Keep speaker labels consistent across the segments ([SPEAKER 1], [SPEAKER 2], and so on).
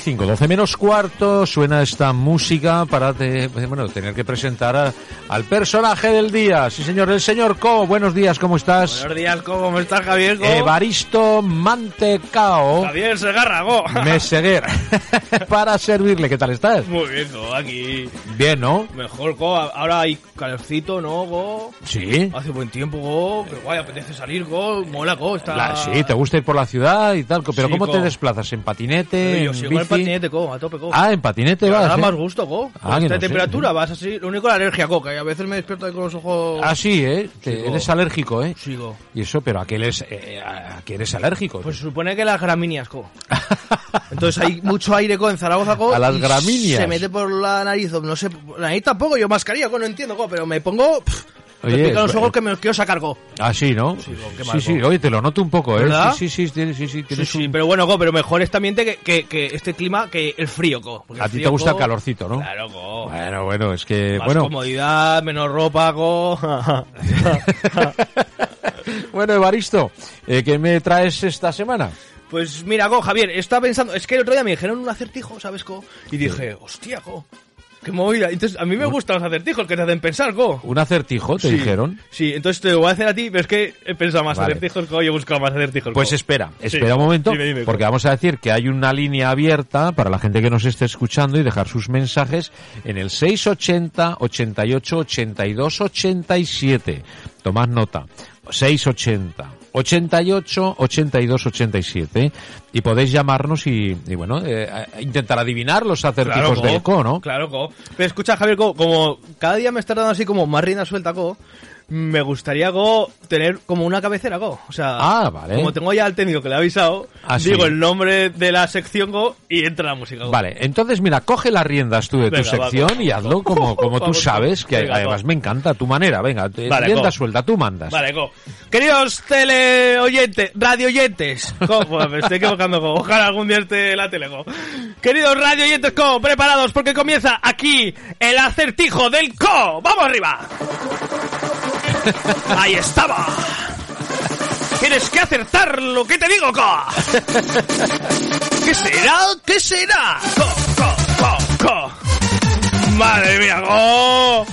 [SPEAKER 1] cinco, 12 menos cuarto, suena esta música para te- bueno, tener que presentar a- al personaje del día. Sí, señor, el señor Co. Buenos días, ¿cómo estás?
[SPEAKER 2] Buenos días, Co. ¿cómo estás, Javier? Co?
[SPEAKER 1] Evaristo Mantecao
[SPEAKER 2] Javier Segarra, Co.
[SPEAKER 1] Meseguer. para servirle, ¿qué tal estás?
[SPEAKER 2] Muy bien, Co, aquí.
[SPEAKER 1] Bien, ¿no?
[SPEAKER 2] Mejor, Co. Ahora hay calorcito, ¿no, Co?
[SPEAKER 1] Sí.
[SPEAKER 2] Hace buen tiempo, Co. Que guay, apetece salir, Co. Mola, Co. Está...
[SPEAKER 1] La- sí, te gusta ir por la ciudad y tal, pero
[SPEAKER 2] Sí,
[SPEAKER 1] ¿cómo te
[SPEAKER 2] co.
[SPEAKER 1] desplazas? ¿En patinete?
[SPEAKER 2] Pero Yo
[SPEAKER 1] en
[SPEAKER 2] sigo en el
[SPEAKER 1] bici?
[SPEAKER 2] patinete, Co. A tope, Co.
[SPEAKER 1] Ah, en patinete
[SPEAKER 2] Te
[SPEAKER 1] vas.
[SPEAKER 2] da
[SPEAKER 1] ¿eh?
[SPEAKER 2] más gusto, Co.
[SPEAKER 1] Ah, que
[SPEAKER 2] Con esta
[SPEAKER 1] no sé,
[SPEAKER 2] temperatura
[SPEAKER 1] sí.
[SPEAKER 2] vas así. Lo único la alergia, Co. Que a veces me despierto ahí con los ojos...
[SPEAKER 1] Ah, sí, ¿eh? Te-
[SPEAKER 2] Sí, co.
[SPEAKER 1] eres alérgico, ¿eh?
[SPEAKER 2] Sí, Co.
[SPEAKER 1] Y eso, pero ¿a qué eres, eh, a qué eres alérgico?
[SPEAKER 2] Pues se supone que las gramíneas, Co. Entonces hay mucho aire, Co. En Zaragoza, Co.
[SPEAKER 1] A las
[SPEAKER 2] y
[SPEAKER 1] gramíneas.
[SPEAKER 2] Se mete por la nariz, o no sé... La nariz tampoco, yo mascarilla, Co. No entiendo, Co. Pero me pongo... pff, me
[SPEAKER 1] Oye,
[SPEAKER 2] pican los
[SPEAKER 1] eh,
[SPEAKER 2] ojos que me los quiero sacar, Co.
[SPEAKER 1] Ah, sí, ¿no?
[SPEAKER 2] Sí, con qué
[SPEAKER 1] sí,
[SPEAKER 2] mal,
[SPEAKER 1] sí,
[SPEAKER 2] con-
[SPEAKER 1] oye, te lo noto un poco, ¿eh?
[SPEAKER 2] ¿Verdad?
[SPEAKER 1] Sí, sí, sí, tienes, sí, sí,
[SPEAKER 2] Sí,
[SPEAKER 1] tienes
[SPEAKER 2] sí,
[SPEAKER 1] un-
[SPEAKER 2] pero bueno, go, pero mejor este ambiente que, que, que este clima que el frío, go. Porque
[SPEAKER 1] A
[SPEAKER 2] el
[SPEAKER 1] ti te
[SPEAKER 2] frío,
[SPEAKER 1] gusta el
[SPEAKER 2] go,
[SPEAKER 1] calorcito, ¿no?
[SPEAKER 2] Claro, go.
[SPEAKER 1] Bueno, bueno, es que,
[SPEAKER 2] Más
[SPEAKER 1] bueno...
[SPEAKER 2] comodidad, menos ropa, go.
[SPEAKER 1] bueno, Evaristo, eh, ¿qué me traes esta semana?
[SPEAKER 2] pues mira, go, Javier, estaba pensando, es que el otro día me dijeron un acertijo, ¿sabes, go? Y dije, hostia, go, qué movida. Entonces, a mí me gustan los acertijos que te hacen pensar, go.
[SPEAKER 1] Un acertijo, te
[SPEAKER 2] Sí.
[SPEAKER 1] dijeron.
[SPEAKER 2] Sí, entonces te lo voy a hacer a ti, pero es que he pensado más
[SPEAKER 1] Vale.
[SPEAKER 2] acertijos, go, y he buscado más acertijos,
[SPEAKER 1] Pues
[SPEAKER 2] go.
[SPEAKER 1] espera,
[SPEAKER 2] Sí.
[SPEAKER 1] espera un momento,
[SPEAKER 2] Dime, dime,
[SPEAKER 1] porque
[SPEAKER 2] go.
[SPEAKER 1] vamos a decir que hay una línea abierta para la gente que nos esté escuchando y dejar sus mensajes en el 680 88 82 87. Tomad nota. 680 88 82 87 y podéis llamarnos y, y bueno, eh, a- intentar adivinar los acertijos
[SPEAKER 2] go.
[SPEAKER 1] del co, ¿no?
[SPEAKER 2] Claro, co. Pero escucha, Javier, co, como cada día me está dando así como más rienda suelta, co, me gustaría, co, tener como una cabecera, co. O sea,
[SPEAKER 1] Ah, vale.
[SPEAKER 2] como tengo ya al técnico que le he avisado,
[SPEAKER 1] Ah, sí.
[SPEAKER 2] digo el nombre de la sección, co, y entra la música, co.
[SPEAKER 1] Vale, entonces mira, coge las riendas tú de tu
[SPEAKER 2] Venga, va,
[SPEAKER 1] sección
[SPEAKER 2] va,
[SPEAKER 1] y
[SPEAKER 2] va,
[SPEAKER 1] hazlo
[SPEAKER 2] va.
[SPEAKER 1] como, como tú
[SPEAKER 2] Vamos,
[SPEAKER 1] sabes, que
[SPEAKER 2] venga,
[SPEAKER 1] además
[SPEAKER 2] va.
[SPEAKER 1] me encanta tu manera. Venga, te-
[SPEAKER 2] Vale,
[SPEAKER 1] rienda
[SPEAKER 2] go.
[SPEAKER 1] suelta, tú mandas.
[SPEAKER 2] Vale, co. Queridos teleoyentes, radioyentes, co, bueno, me estoy equivocando, co. Ojalá algún día esté la tele, co. Queridos radioyentes, co, preparados porque comienza aquí el acertijo del co. ¡Vamos arriba! ¡Ahí estaba! Tienes que acertar lo que te digo, co. ¿Qué será? ¿Qué será? Co, co, co, co. Madre mía, co.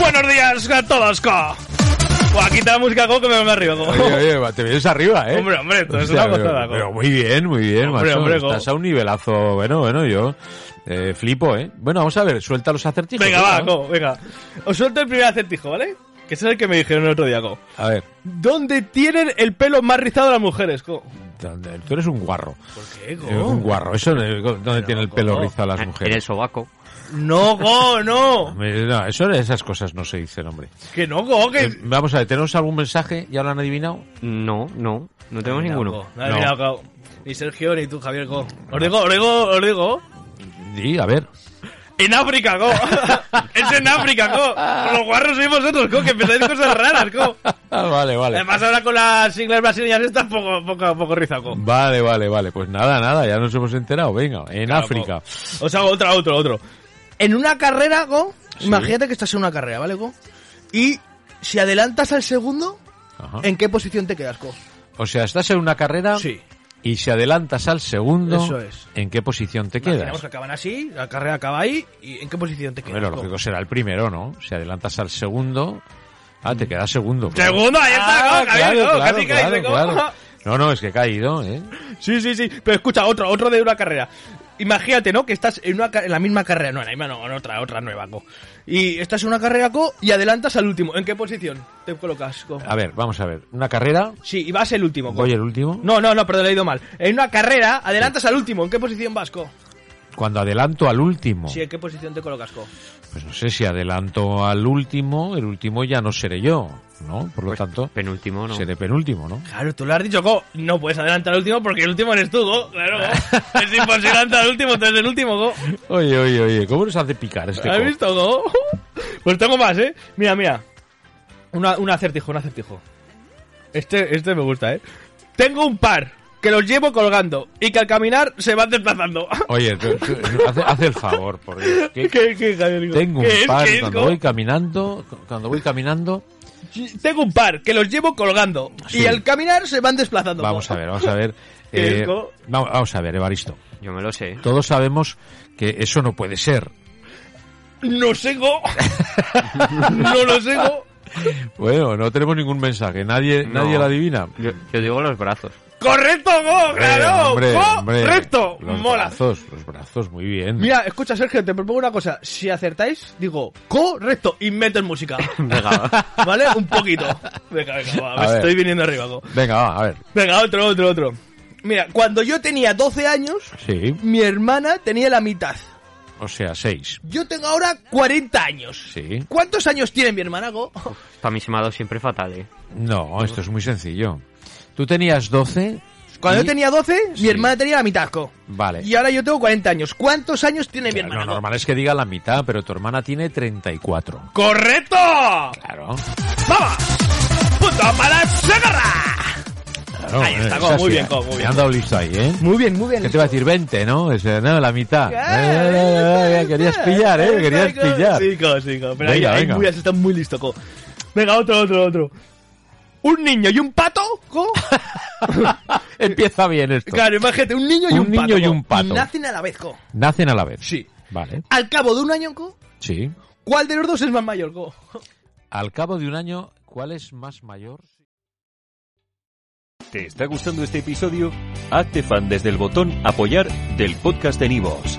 [SPEAKER 2] Buenos días a todos, co. Buah, quita la música, co, que me vengo arriba, co.
[SPEAKER 1] Oye, oye, va, te vienes arriba, ¿eh?
[SPEAKER 2] Hombre, hombre, esto es
[SPEAKER 1] Hostia,
[SPEAKER 2] una
[SPEAKER 1] pero-
[SPEAKER 2] pasada, co.
[SPEAKER 1] Pero muy bien, muy bien,
[SPEAKER 2] Hombre,
[SPEAKER 1] macho.
[SPEAKER 2] hombre, co.
[SPEAKER 1] Estás a un nivelazo, bueno, bueno, yo eh, flipo, ¿eh? Bueno, vamos a ver, suelta los acertijos.
[SPEAKER 2] Venga, va,
[SPEAKER 1] ¿no?
[SPEAKER 2] co, venga. Os suelto el primer acertijo, ¿vale? Que ese es el que me dijeron el otro día, co.
[SPEAKER 1] A ver,
[SPEAKER 2] ¿Dónde tienen el pelo más rizado las mujeres, co?
[SPEAKER 1] tú eres un guarro.
[SPEAKER 2] ¿Por qué,
[SPEAKER 1] Eh, Un guarro, eso eh, donde tiene el pelo
[SPEAKER 2] co.
[SPEAKER 1] rizado las
[SPEAKER 3] En
[SPEAKER 1] mujeres.
[SPEAKER 3] el sobaco.
[SPEAKER 2] No, go, no.
[SPEAKER 1] Hombre, No, eso, esas cosas no se dicen, hombre.
[SPEAKER 2] Que no, go, que...
[SPEAKER 1] Eh, vamos a ver, ¿tenemos algún mensaje? ¿Ya lo han adivinado?
[SPEAKER 3] No, no, no tenemos ninguno.
[SPEAKER 2] No, no, mira, go. Ni Sergio ni tú, Javier, go. Os digo, os digo, os digo.
[SPEAKER 1] Sí, a ver.
[SPEAKER 2] En África, go. es en África, go. Los guarros sois vosotros, go, que pensáis cosas raras, go.
[SPEAKER 1] Ah, vale, vale.
[SPEAKER 2] Además, ahora con las siglas brasileñas estas, poco, poco, poco riza, go.
[SPEAKER 1] Vale, vale, vale. Pues nada, nada, ya nos hemos enterado. Venga, en
[SPEAKER 2] Claro,
[SPEAKER 1] África.
[SPEAKER 2] go. Os hago otra, otro, otro. En una carrera, go. Imagínate que estás en una carrera, ¿vale, go? Y si adelantas al segundo,
[SPEAKER 1] Ajá.
[SPEAKER 2] ¿en qué posición te quedas, go?
[SPEAKER 1] O sea, estás en una carrera
[SPEAKER 2] Sí.
[SPEAKER 1] y si adelantas al segundo,
[SPEAKER 2] Eso es.
[SPEAKER 1] ¿en qué posición te
[SPEAKER 2] Imaginamos
[SPEAKER 1] quedas?
[SPEAKER 2] que acaban así, la carrera acaba ahí, ¿y en qué posición te quedas?
[SPEAKER 1] Bueno,
[SPEAKER 2] go?
[SPEAKER 1] lógico será el primero, ¿no? Si adelantas al segundo, ah, te quedas segundo. claro.
[SPEAKER 2] Segundo, ahí está,
[SPEAKER 1] Ah,
[SPEAKER 2] go, Javier,
[SPEAKER 1] claro,
[SPEAKER 2] go,
[SPEAKER 1] claro,
[SPEAKER 2] casi caes,
[SPEAKER 1] claro,
[SPEAKER 2] go.
[SPEAKER 1] claro. No, no, es que he caído, ¿eh?
[SPEAKER 2] Sí, sí, sí. Pero escucha, otro, otro de una carrera. Imagínate, ¿no? Que estás en, una, ca- en la misma carrera. No, en la misma no, en otra, otra nueva, co. Y estás en una carrera, co, y adelantas al último. ¿En qué posición te colocas, co?
[SPEAKER 1] A ver, vamos a ver. Una carrera,
[SPEAKER 2] Sí, y vas el último, co.
[SPEAKER 1] Ah. voy el último.
[SPEAKER 2] No, no, no, perdón, he ido mal. En una carrera, adelantas al último. ¿En qué posición vas, co?
[SPEAKER 1] Cuando adelanto al último.
[SPEAKER 2] Sí, ¿en qué posición te colocas, Co?
[SPEAKER 1] Pues no sé si adelanto al último, el último ya no seré yo, ¿no? Por lo
[SPEAKER 3] Pues
[SPEAKER 1] tanto,
[SPEAKER 3] Penúltimo, ¿no?
[SPEAKER 1] seré penúltimo, ¿no?
[SPEAKER 2] Claro, tú lo has dicho, Go. No puedes adelantar al último porque el último eres tú, Go. Claro, Go. Es imposible adelantar al último, tú eres el último, Go.
[SPEAKER 1] Oye, oye, oye, ¿cómo nos hace picar este
[SPEAKER 2] ¿Has
[SPEAKER 1] co-
[SPEAKER 2] visto, Go? Pues tengo más, ¿eh? Mira, mira. Una, un acertijo, un acertijo. Este, este me gusta, ¿eh? Tengo un par que los llevo colgando y que al caminar se van desplazando.
[SPEAKER 1] Oye, tú- tú- haz, haz el favor, por Dios. ¿Qué-
[SPEAKER 2] ¿Qué, qué, Javier? Digo,
[SPEAKER 1] Tengo un
[SPEAKER 2] ¿qué es,
[SPEAKER 1] par
[SPEAKER 2] qué es,
[SPEAKER 1] cuando
[SPEAKER 2] Go?
[SPEAKER 1] voy caminando, cuando voy caminando,
[SPEAKER 2] Tengo un par que los llevo colgando y
[SPEAKER 1] Sí.
[SPEAKER 2] al caminar se van desplazando.
[SPEAKER 1] vamos
[SPEAKER 2] Go.
[SPEAKER 1] a ver, vamos a ver.
[SPEAKER 2] ¿Qué es,
[SPEAKER 1] eh,
[SPEAKER 2] co?
[SPEAKER 1] vamos vamos a ver, Evaristo.
[SPEAKER 3] Yo me lo sé.
[SPEAKER 1] Todos sabemos que eso no puede ser.
[SPEAKER 2] No sé, Go. no lo sé, Go.
[SPEAKER 1] Bueno, no tenemos ningún mensaje, nadie,
[SPEAKER 3] No.
[SPEAKER 1] nadie lo adivina.
[SPEAKER 3] Yo, yo digo los brazos.
[SPEAKER 2] Correcto, Go, claro.
[SPEAKER 1] hombre,
[SPEAKER 2] Go,
[SPEAKER 1] hombre.
[SPEAKER 2] Correcto.
[SPEAKER 1] Los
[SPEAKER 2] Mola.
[SPEAKER 1] brazos, los brazos, muy bien.
[SPEAKER 2] Mira, escucha, Sergio, te propongo una cosa. Si acertáis, digo, correcto, y metes música. ¿Vale? Un poquito. Venga, venga, va, me
[SPEAKER 1] A ver.
[SPEAKER 2] estoy viniendo arriba, Go.
[SPEAKER 1] Venga, va, a ver.
[SPEAKER 2] Venga, otro, otro, otro. Mira, cuando yo tenía 12 años,
[SPEAKER 1] Sí,
[SPEAKER 2] mi hermana tenía la mitad.
[SPEAKER 1] o sea, seis.
[SPEAKER 2] Yo tengo ahora 40 años.
[SPEAKER 1] Sí.
[SPEAKER 2] ¿Cuántos años tiene mi hermana, Go?
[SPEAKER 3] Para mí se me ha dado siempre fatal, ¿eh?
[SPEAKER 1] No, esto es muy sencillo. Tú tenías 12.
[SPEAKER 2] Cuando
[SPEAKER 1] y-
[SPEAKER 2] yo tenía 12, mi hermana tenía la mitad, Go.
[SPEAKER 1] Vale.
[SPEAKER 2] Y ahora yo tengo 40 años. ¿Cuántos años tiene mi
[SPEAKER 1] Claro,
[SPEAKER 2] hermana?
[SPEAKER 1] lo
[SPEAKER 2] Go?
[SPEAKER 1] normal es que diga la mitad, pero tu hermana tiene 34.
[SPEAKER 2] ¡Correcto!
[SPEAKER 1] Claro.
[SPEAKER 2] ¡Vamos! ¡Punto para Segarra!
[SPEAKER 1] claro
[SPEAKER 2] Ahí está,
[SPEAKER 1] eh,
[SPEAKER 2] Go,
[SPEAKER 1] es
[SPEAKER 2] muy
[SPEAKER 1] así,
[SPEAKER 2] bien,
[SPEAKER 1] eh.
[SPEAKER 2] Go, muy
[SPEAKER 1] Me
[SPEAKER 2] bien.
[SPEAKER 1] han dado listo ahí, ¿eh?
[SPEAKER 2] Muy bien, muy bien.
[SPEAKER 1] ¿Qué te va a decir? 20, ¿no? Ese, no, la mitad. Eh, eh, eh, eh, querías pillar, ¿eh? Querías pillar.
[SPEAKER 2] Sí, co, sí, co. Pero
[SPEAKER 1] Venga,
[SPEAKER 2] ahí, ahí
[SPEAKER 1] venga.
[SPEAKER 2] muy, está muy listo, co. Venga, otro, otro, otro. Un niño y un pato, co.
[SPEAKER 1] Empieza bien esto.
[SPEAKER 2] Claro, imagínate, un niño y un,
[SPEAKER 1] Un niño
[SPEAKER 2] pato.
[SPEAKER 1] y
[SPEAKER 2] co.
[SPEAKER 1] un pato.
[SPEAKER 2] Nacen a la vez, co.
[SPEAKER 1] Nacen a la vez.
[SPEAKER 2] Sí.
[SPEAKER 1] Vale.
[SPEAKER 2] Al cabo de un año, co.
[SPEAKER 1] Sí.
[SPEAKER 2] ¿Cuál de los dos es más mayor, co?
[SPEAKER 1] Al cabo de un año, ¿cuál es más mayor?
[SPEAKER 4] ¿Te está gustando este episodio? Hazte fan desde el botón Apoyar del podcast de Nivos.